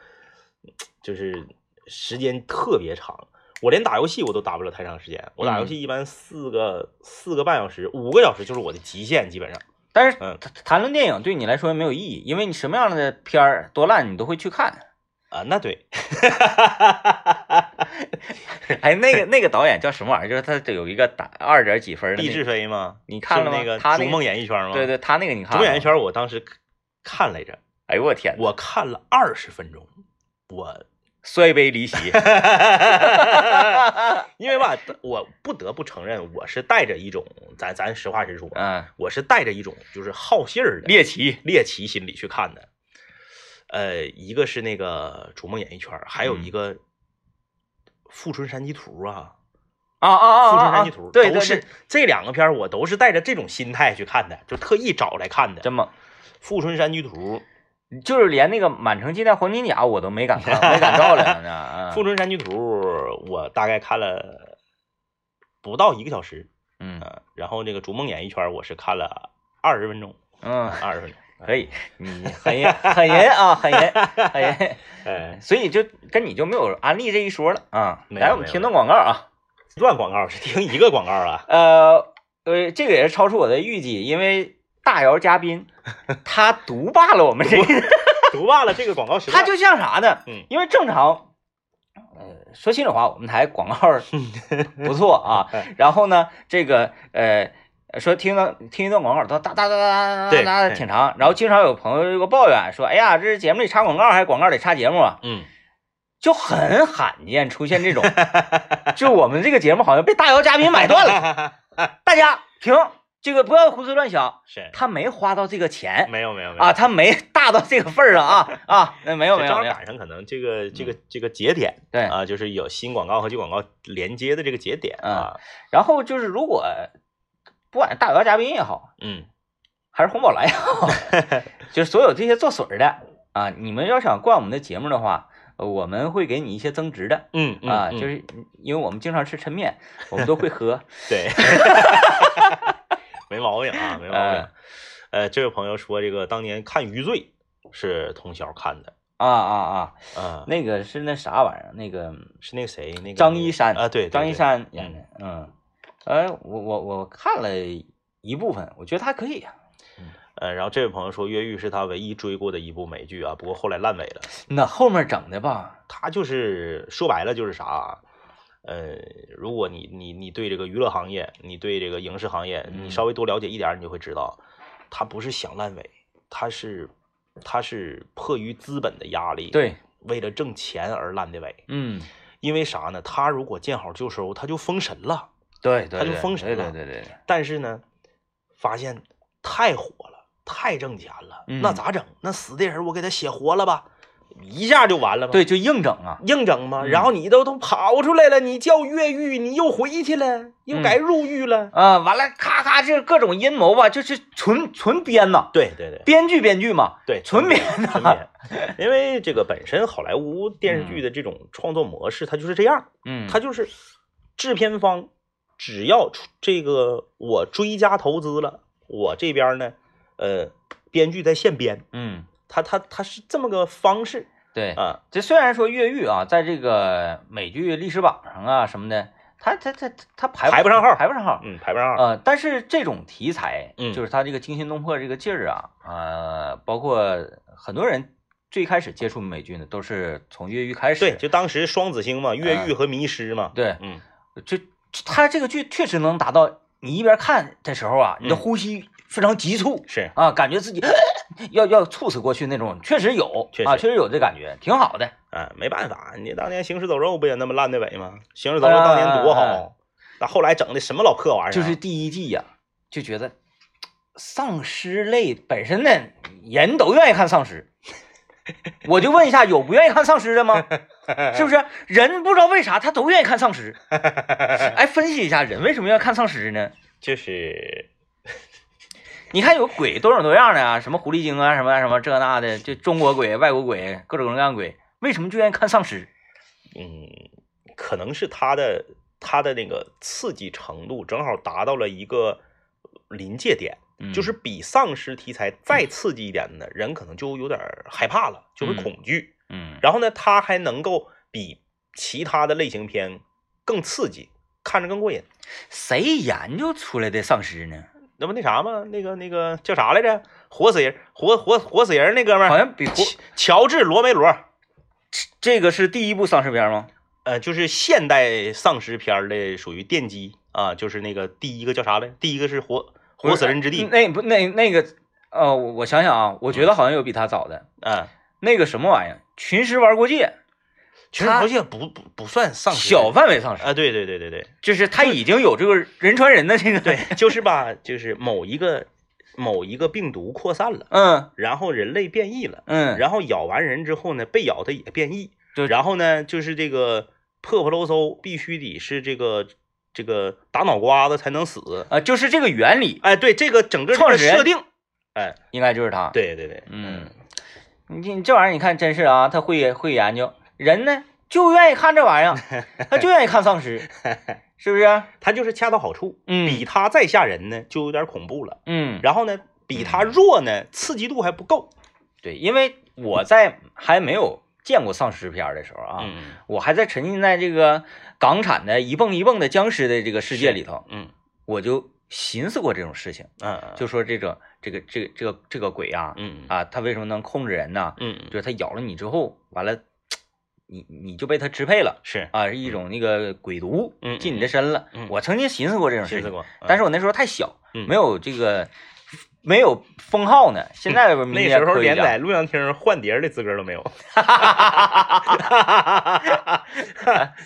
B: 就是时间特别长。我连打游戏我都打不了太长时间，我打
A: 嗯
B: 游戏一般四个、四个半小时、五个小时就是我的极限，基本上。
A: 但是
B: 嗯
A: 谈谈论电影对你来说没有意义，因为你什么样的片儿多烂你都会去 看。
B: 啊，那 对，
A: 哎，那个那个导演叫什么玩意儿？就是他这有一个打二点几分的那
B: 毕
A: 个
B: 志飞吗？
A: 你看了
B: 就是
A: 吗？
B: 那个
A: 他
B: 《
A: 那
B: 逐
A: 个
B: 梦演艺圈》吗？
A: 对对，他那个你
B: 《逐
A: 看了
B: 梦
A: 吗？
B: 演艺圈》我当时看来着，
A: 哎呦我天哪，
B: 我看了二十分钟， 我
A: 摔杯离 席。
B: 因为吧，我不得不承认，我是带着一种咱咱实话实说，
A: 嗯，
B: 啊我是带着一种就是好信儿的
A: 猎奇。
B: 猎奇心理去看的。呃，一个是那个《逐梦演艺圈》，
A: 嗯
B: 还有一个《富春山居图》啊，
A: 啊啊
B: 《
A: 啊
B: 富
A: 啊
B: 春
A: 啊
B: 山居！图》
A: 对对
B: 都是
A: 对，
B: 这两个片儿，我都是带着这种心态去看的，就特意找来看的。
A: 真猛！
B: 《富春山居图》
A: 就是连那个《满城尽带黄金甲》我都没敢看，没敢照亮呢。啊
B: 《 富春山居图》，我大概看了不到一个小时，
A: 嗯
B: 嗯，然后这个《逐梦演艺圈》，我是看了二十分钟，
A: 嗯，
B: 二十分 钟，
A: 可以， 你很严很严啊，很严很严。
B: 哎，
A: 所以就跟你就没有安利这一说了啊。
B: 没有
A: 来，我们
B: 没有
A: 听段广告啊。
B: 乱广告是听一个广告啊，
A: 呃呃，这个也是超出我的预计，因为大姚嘉宾 他独霸了我们这个，
B: 读罢了这个广告时段，
A: 他就像啥呢？
B: 嗯
A: 因为正常，呃，说心里话，我们台广告 儿不错啊。
B: 哎
A: 然后呢，这个呃。说听到听一段广告，都哒哒哒哒哒
B: 对哎
A: 哒
B: 对
A: 挺长，然后经常有朋友给我抱怨说：“哎呀，这节目里插广告，还是广告里插节目啊？”
B: 嗯，
A: 就很罕见出现这 种，就我们这个节目好像被大姚嘉宾买断了。
B: 了，
A: 大家停，这个不要胡思乱想，
B: 是
A: 他没花到这个钱
B: 没有没有没有
A: 啊，，他没大到这个份儿上啊啊，那没有
B: 嗯这
A: 没
B: 正
A: 有
B: 好
A: 没有，嗯
B: 赶上可能这个这个这个节点
A: 对。
B: 啊，就是有新广告和旧广告连接的这个节点
A: 嗯
B: 啊，
A: 然后就是如果不管是大姚嘉宾也好，
B: 嗯，
A: 还是红宝来也 好，就是所有这些做水儿的啊，你们要想灌我们的节目的话，呃我们会给你一些增值的。
B: 嗯嗯
A: 啊，
B: 嗯
A: 就是因为我们经常吃抻面，我们都会喝。
B: 对， 没毛病啊，没毛病
A: 哎。
B: 呃，这位朋友说这个当年看《余罪》是通宵看的，
A: 啊啊啊！
B: 啊，
A: 那个是那啥玩意儿，那个
B: 是那个谁，那个
A: 张一山
B: 啊，对，对
A: 张一，山
B: 对
A: 演的，嗯，哎，我我我看了一部分，我觉得他可以啊，
B: 对呃，然后这位朋友说，《越狱》是他唯一追过的一部美剧啊，不过后来烂尾了。
A: 那后面整的吧，
B: 他就是说白了就是啥啊，呃，如果你你你对这个娱乐行业，你对这个影视行业，
A: 嗯
B: 你稍微多了解一点儿，你就会知道，他不是想烂尾，他是他是迫于资本的压力，，
A: 对，
B: 为了挣钱而烂的尾。
A: 嗯，
B: 因为啥呢？他如果见好就收，他就封神了。
A: 对对，
B: 他就
A: 对
B: 封神
A: 对对
B: 了
A: 对对对，
B: 但是呢，发现太火了，太挣钱了，
A: 嗯
B: 那咋整？那死的人我给他写活了吧，一下就完了吧？
A: 对，就硬整啊，
B: 硬整嘛，
A: 嗯
B: 然后你都都跑出来了，你叫越狱，你又回去了，又改入狱了。
A: 啊，完了，咔咔，这各种阴谋吧，就是纯纯编呐，
B: 对对对
A: 编剧编剧嘛，
B: 对，
A: 纯
B: 编
A: 编
B: 纯
A: 呐，
B: 编，因为这个本身好莱坞电视剧的这种创作模式，它就是这样，
A: 嗯，
B: 它就是制片方只要出这个我追加投资了，我这边呢，呃，编剧在现编，
A: 嗯，
B: 他他他是这么个方式
A: 对，
B: 啊，
A: 这虽然说越狱啊，在这个美剧历史榜上啊什么的，他他他他排
B: 排不上号
A: 排不上号，
B: 嗯，排不上号，
A: 呃，但是这种题材，
B: 嗯
A: 就是它这个惊心动魄这个劲儿啊，呃，包括很多人最开始接触美剧呢，都是从越狱开始。
B: 对，就当时双子星嘛，越狱和迷失嘛，
A: 对，
B: 嗯，
A: 就就它这个剧确实能达到你一边看的时候啊，你的
B: 嗯
A: 呼吸非常急促、
B: 是，
A: 啊，感觉自己要要猝死过去那种，确实有
B: 确
A: 啊，
B: 实
A: 确实有这感觉，挺好的。
B: 哎，没办法，你当年行尸走肉不也那么烂的尾吗？行尸走肉当年多
A: 哎哎哎
B: 好，啊那、后来整的什么老破玩意儿啊，
A: 就是第一季呀、就觉得丧尸类本身呢，人都愿意看丧 尸。我就问一下，有不愿意看丧尸的吗？是不是 人不知道为啥他都愿意看丧尸？哎，分析一下人为什么要看丧尸呢？
B: 就是
A: 你看有鬼多种多样的啊，什么狐狸精啊，什么什么这那的，就中国鬼、外国鬼，各种各样鬼。为什么就愿意看丧尸？
B: 嗯，可能是他的他的那个刺激程度正好达到了一个临界点，
A: 嗯
B: 就是比丧尸题材再刺激一点的人，可能就有点儿害怕了，就会
A: 嗯
B: 恐惧。
A: 嗯
B: 然后呢，它还能够比其他的类型片更刺激，看着更过瘾。
A: 谁研究出来的丧尸呢？
B: 那不那啥吗？那个那个叫啥来着？活死人，活活活死人那哥们
A: 好
B: 儿，
A: 像比国
B: 乔乔治罗梅罗，
A: 这个是第一部丧尸片吗？
B: 呃，就是现代丧尸片儿的属于奠基啊，就是那个第一个叫啥来？第一个是活活死人之地，啊
A: 那不那那个呃，我我想想啊，我觉得好像有比他早的，
B: 嗯，
A: 那个什么玩意儿，群尸玩过界，
B: 其实
A: 他
B: 好像不不不算丧尸，
A: 小范围丧尸，
B: 啊，对对对对对
A: 就是他已经有这个人传人的这个，
B: 对，就是吧，就是某一个某一个病毒扩散了，
A: 嗯
B: 然后人类变异了。
A: 嗯，
B: 然后咬完人之后呢，被咬的也变异。
A: 对
B: 然后呢，就是这个破破漏搜，必须得是这个这个打脑瓜子才能死。
A: 啊，就是这个原理
B: 哎，对，这个整个这
A: 创
B: 个
A: 始人
B: 设定，哎，
A: 应该就是他。，
B: 对对对，
A: 嗯，你这你这玩意儿，你看真是啊，他会会研究，人呢就愿意看这玩意 儿，他就愿意看丧尸，是不是？
B: 他就是恰到好处，比
A: 嗯
B: 他再吓人呢就有点恐怖了。
A: 嗯，
B: 然后呢，比他弱呢，刺激度还不够。
A: 对，因为我在还没有见过丧尸片儿的时候啊，
B: 嗯
A: 我还在沉浸在这个港产的一蹦一蹦的僵尸的这个世界里头，
B: 嗯
A: 我就寻思过这种事情，
B: 嗯，
A: 就说这个这个这个这个这个鬼啊
B: 嗯
A: 啊，他为什么能控制人呢？
B: 嗯
A: 就是他咬了你之后，完了，你你就被他支配了
B: 是
A: 啊，是一种那个鬼毒
B: 嗯嗯
A: 进你的身了。
B: 嗯
A: 我曾经寻思过这种事
B: 寻思
A: 情，
B: 过，
A: 但
B: 是
A: 是我那时候太小，
B: 嗯
A: 没有这个没有封号呢。现在民
B: 那
A: 间
B: 时候
A: 科学
B: 连
A: 家
B: 在录像厅换碟儿的资格都没有。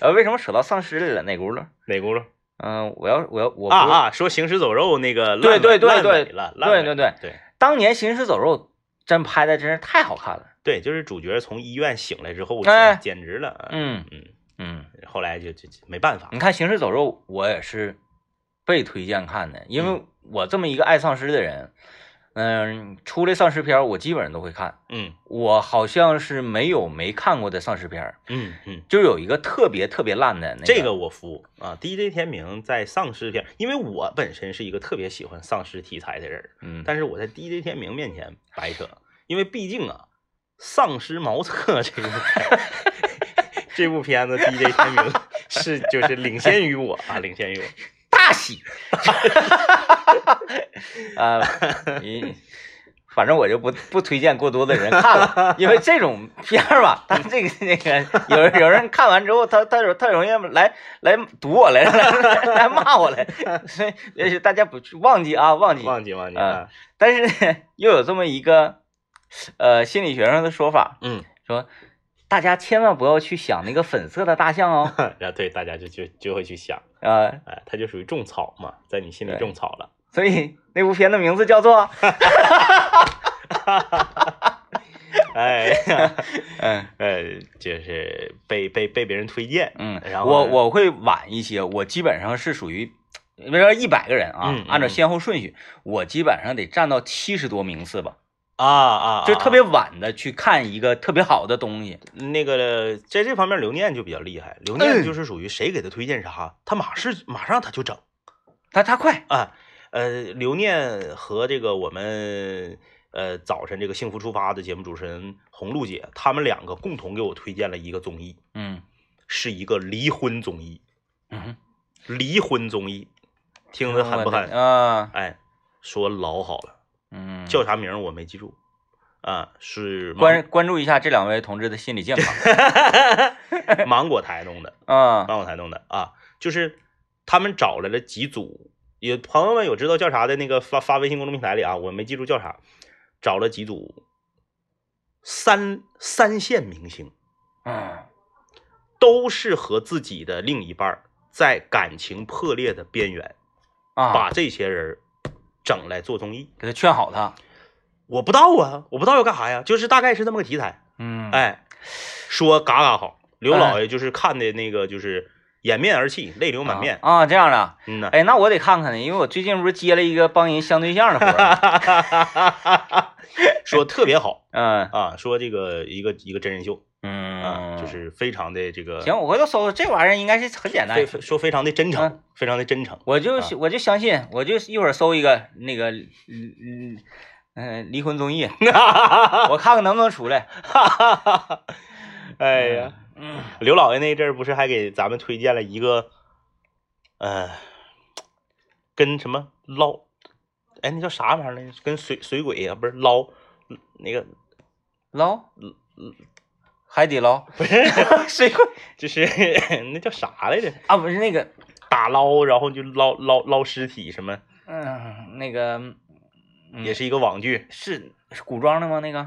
A: 呃，为什么扯到丧尸来了？哪轱辘？
B: 哪轱辘？
A: 嗯、我要我要我不
B: 啊
A: 是
B: 啊，说行尸走肉那个
A: 对
B: 烂
A: 对
B: 尾
A: 对
B: 烂
A: 对
B: 尾了，
A: 对
B: 烂
A: 对
B: 尾
A: 对
B: 对
A: 当年《行尸走肉》真拍的真是太好看了。
B: 对，就是主角从医院醒来之后，
A: 哎
B: 简简直了，
A: 嗯
B: 嗯，
A: 嗯，
B: 后来就就就没办法，
A: 你看《行尸走肉》，我也是被推荐看的，因
B: 嗯
A: 为我这么一个爱丧尸的人，嗯、出来丧尸片儿我基本上都会看。
B: 嗯
A: 我好像是没有没看过的丧尸片儿，
B: 嗯嗯，
A: 就有一个特别特别烂的那
B: 这
A: 个
B: 个我服啊，DJ 天明在丧尸片，因为我本身是一个特别喜欢丧尸题材的人，
A: 嗯，
B: 但是我在 DJ 天明面前白扯，因为毕竟啊，丧尸茅厕这部片 这部片子 DJ 天明 是就是领先于我啊，领先于我，
A: 大喜， 啊，你反正我就不不推荐过多的人看了，因为这种片儿吧，他这个那个有人有人看完之后，他他有他容易来来堵我来来 来来骂我来， 所以也许大家不去忘记啊忘记，
B: 忘记忘记
A: 嗯
B: 啊，
A: 但是呢又有这么一个呃心理学上的说法，
B: 嗯。
A: 说大家千万不要去想那个粉色的大象哦，
B: 然后对大家就就就会去想，
A: 呃，
B: 哎，它就属于种草嘛，在你心里
A: 对
B: 种草了。
A: 所以那部片的名字叫做
B: 哎，
A: 嗯。
B: 呃，就是被被被别人推荐，
A: 嗯，
B: 然后
A: 我
B: 呢
A: 我会晚一些，我基本上是属于，比如说一百个人啊，
B: 嗯嗯
A: 按照
B: 嗯
A: 先后顺序，我基本上得占到七十多名次吧，
B: 啊啊，
A: 就
B: 啊
A: 特别晚的去看一个特别好的东西。
B: 那个在这方面，刘念就比较厉害。刘念就是属于谁给他推荐啥，他马是马上他就整
A: 他他快，
B: 啊。呃，刘念和这个我们呃早晨这个幸福出发的节目主持人红露姐，他们两个共同给我推荐了一个综艺，
A: 嗯
B: 是一个离婚综艺，
A: 嗯哼，
B: 离婚综艺，听着狠不狠？
A: 啊？
B: 哎，说老好了，
A: 嗯，
B: 叫啥名儿我没记住，啊，是
A: 关关注一下这两位同志的心理健 康
B: 芒 芒果台弄的，
A: 啊，
B: 芒果台弄的啊，就是他们找来了几组，有朋友们有知道叫啥的那个发发微信公众平台里啊，我没记住叫啥，找了几组三三线明星，
A: 嗯
B: 都是和自己的另一半儿在感情破裂的边缘，
A: 啊，
B: 把这些人儿整来做综艺。
A: 给他劝好他，
B: 我不知道啊，我不知道要干啥呀，就是大概是这么个题材。
A: 嗯，
B: 哎，说嘎嘎好。刘老爷就是看的那个，就是掩面而泣，泪流满面。
A: 啊啊，这样的，
B: 嗯呐，
A: 哎，那我得看看呢，因为我最近不是接了一个帮人相对象的活 儿，哎
B: 说特别好
A: 嗯
B: 啊，说这个一个一个真人秀啊，
A: 嗯，
B: 就是非常的这个
A: 行，我回头搜搜这玩意儿，应该是很简单
B: 非，非说非常的真诚
A: 嗯，
B: 非常 的真诚。
A: 我就
B: 啊
A: 我就相信，我就一会儿搜一个那个，嗯嗯嗯，离婚综 艺，我看看能不能出来。
B: 哎呀，
A: 嗯，
B: 刘老爷那阵儿不是还给咱们推荐了一个，呃，跟什么捞，哎，那叫啥玩意儿来着？跟水水鬼啊，不是捞，那个
A: 捞，
B: 嗯
A: 海底捞，不 是水鬼
B: 就是 那叫啥来着？
A: 啊，不是那个，
B: 打捞，然后就捞捞捞尸体什么，
A: 嗯，那个嗯
B: 也是一个网剧，
A: 是是古装的吗？那个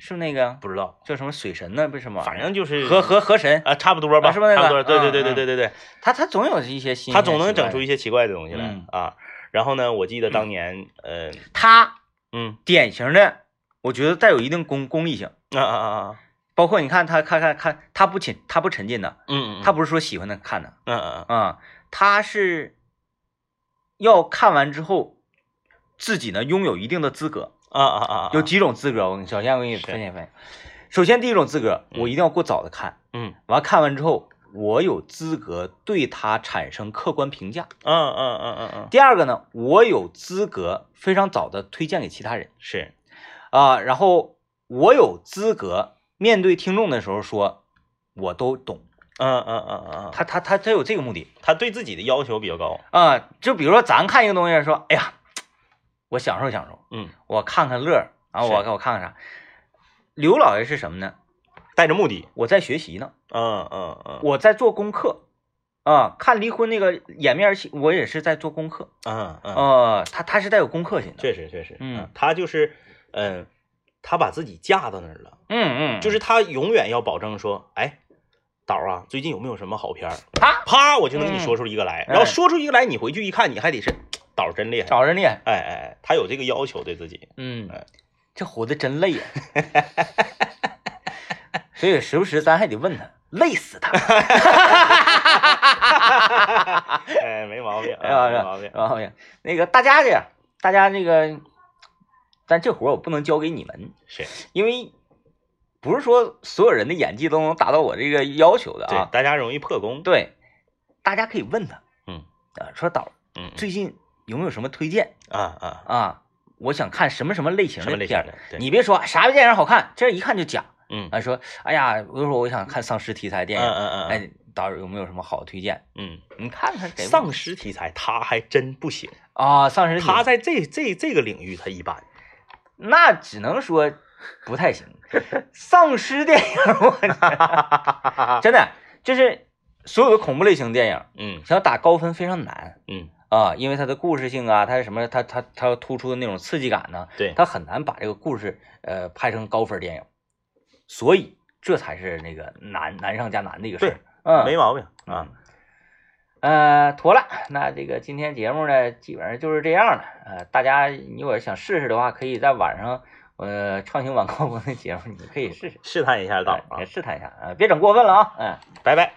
A: 是不是那个
B: 不知道，
A: 叫什么水神呢？不是什么玩意儿，
B: 反正就是
A: 河河河神，
B: 啊，差不多吧，
A: 啊是不是那
B: 差
A: 个
B: 不多，对对
A: 嗯
B: 对对对对对。
A: 他他总有一些新，
B: 他总能整出一些奇怪的东西来、
A: 嗯
B: 啊。然后呢，我记得当年，呃，
A: 他
B: 嗯，
A: 典型的，我觉得带有一定功功利性。
B: 啊啊啊啊，
A: 包括你看他看看看他不沉他不沉浸的，
B: 嗯，
A: 他，不是说喜欢的看的
B: 嗯嗯
A: 啊、他是要看完之后自己呢拥有一定的资格，
B: 啊啊啊，
A: 有几种资格，我跟你首先我给你
B: 是
A: 分析分析。首先第一种资格，
B: 嗯
A: 我一定要过早的看，
B: 嗯，
A: 完看完之后，我有资格对他产生客观评价。
B: 嗯嗯嗯嗯嗯，
A: 第二个呢，我有资格非常早的推荐给其他人
B: 是，
A: 啊，然后我有资格面对听众的时候说，我都懂。
B: 嗯嗯嗯嗯嗯，
A: 他他他他有这个目的
B: 他对自己的要求比较高，
A: 啊、就比如说咱看一个东西，说，哎呀，我享受享受，
B: 嗯，
A: 我看看乐儿，然后我
B: 是
A: 我看看啥。刘老爷是什么呢？
B: 带着目的，
A: 我在学习呢，
B: 嗯嗯嗯
A: 我在做功课，啊、看离婚那个掩面而泣，我也是在做功课，
B: 嗯嗯，
A: 呃，他他是带有功课性的，
B: 确实确实，，啊他就是，嗯，他把自己架到那儿了，
A: 嗯嗯，
B: 就是他永远要保证说，哎。导啊，最近有没有什么好片儿？
A: 他
B: 啪，我就能给你说出一个来，然后说出一个来，你回去一看，你还得是导真厉害，
A: 找人厉害，
B: 哎哎，哎，他有这个要求对自己。
A: 嗯
B: 哎，
A: 这活得真累呀、 所以时不时咱还得问他，累死他，
B: 哎，没毛病，
A: 哎呀，
B: 哎，没毛病。
A: 没毛病。那个大家这样，大家这个，但这活儿我不能交给你们，
B: 是
A: 因为不是说所有人的演技都能达到我这个要求的
B: 对
A: 啊。
B: 大家容易破功。
A: 对，大家可以问他，
B: 嗯，
A: 啊，说导
B: 嗯，嗯
A: 最近有没有什么推荐
B: 啊啊，
A: 啊？我想看什么什么类型的
B: 什么类
A: 片
B: 型
A: 儿。
B: 的？对，
A: 你别说啥电影好看，这一看就假
B: 嗯
A: 啊！说，哎呀，我就说我想看丧尸题材
B: 嗯
A: 电影，
B: 嗯嗯
A: 哎，导演有没有什么好的推荐？
B: 嗯
A: 你看看
B: 嗯，
A: 给
B: 丧尸题材他还真不行，
A: 啊，丧尸题
B: 他在这这这个领域他一般。
A: 那只能说不太行。丧尸电影，
B: 啊
A: 我真的就是所有的恐怖类型电影，
B: 嗯
A: 想要打高分非常难
B: 嗯，
A: 啊，因为它的故事性啊，它是什么，它它它突出的那种刺激感呢，
B: 对，
A: 它很难把这个故事呃拍成高分电影，所以这才是那个难难上加难的一个事儿
B: 对。
A: 嗯，
B: 没毛病啊。
A: 呃，妥了，那这个今天节目呢，基本上就是这样了。呃，大家如果想试试的话，可以在晚上，呃，畅行晚高峰的节目，你们可以试试，
B: 试探一下导
A: 哎
B: 啊
A: 也，试探一下啊、呃别整过分了啊，嗯、
B: 拜拜。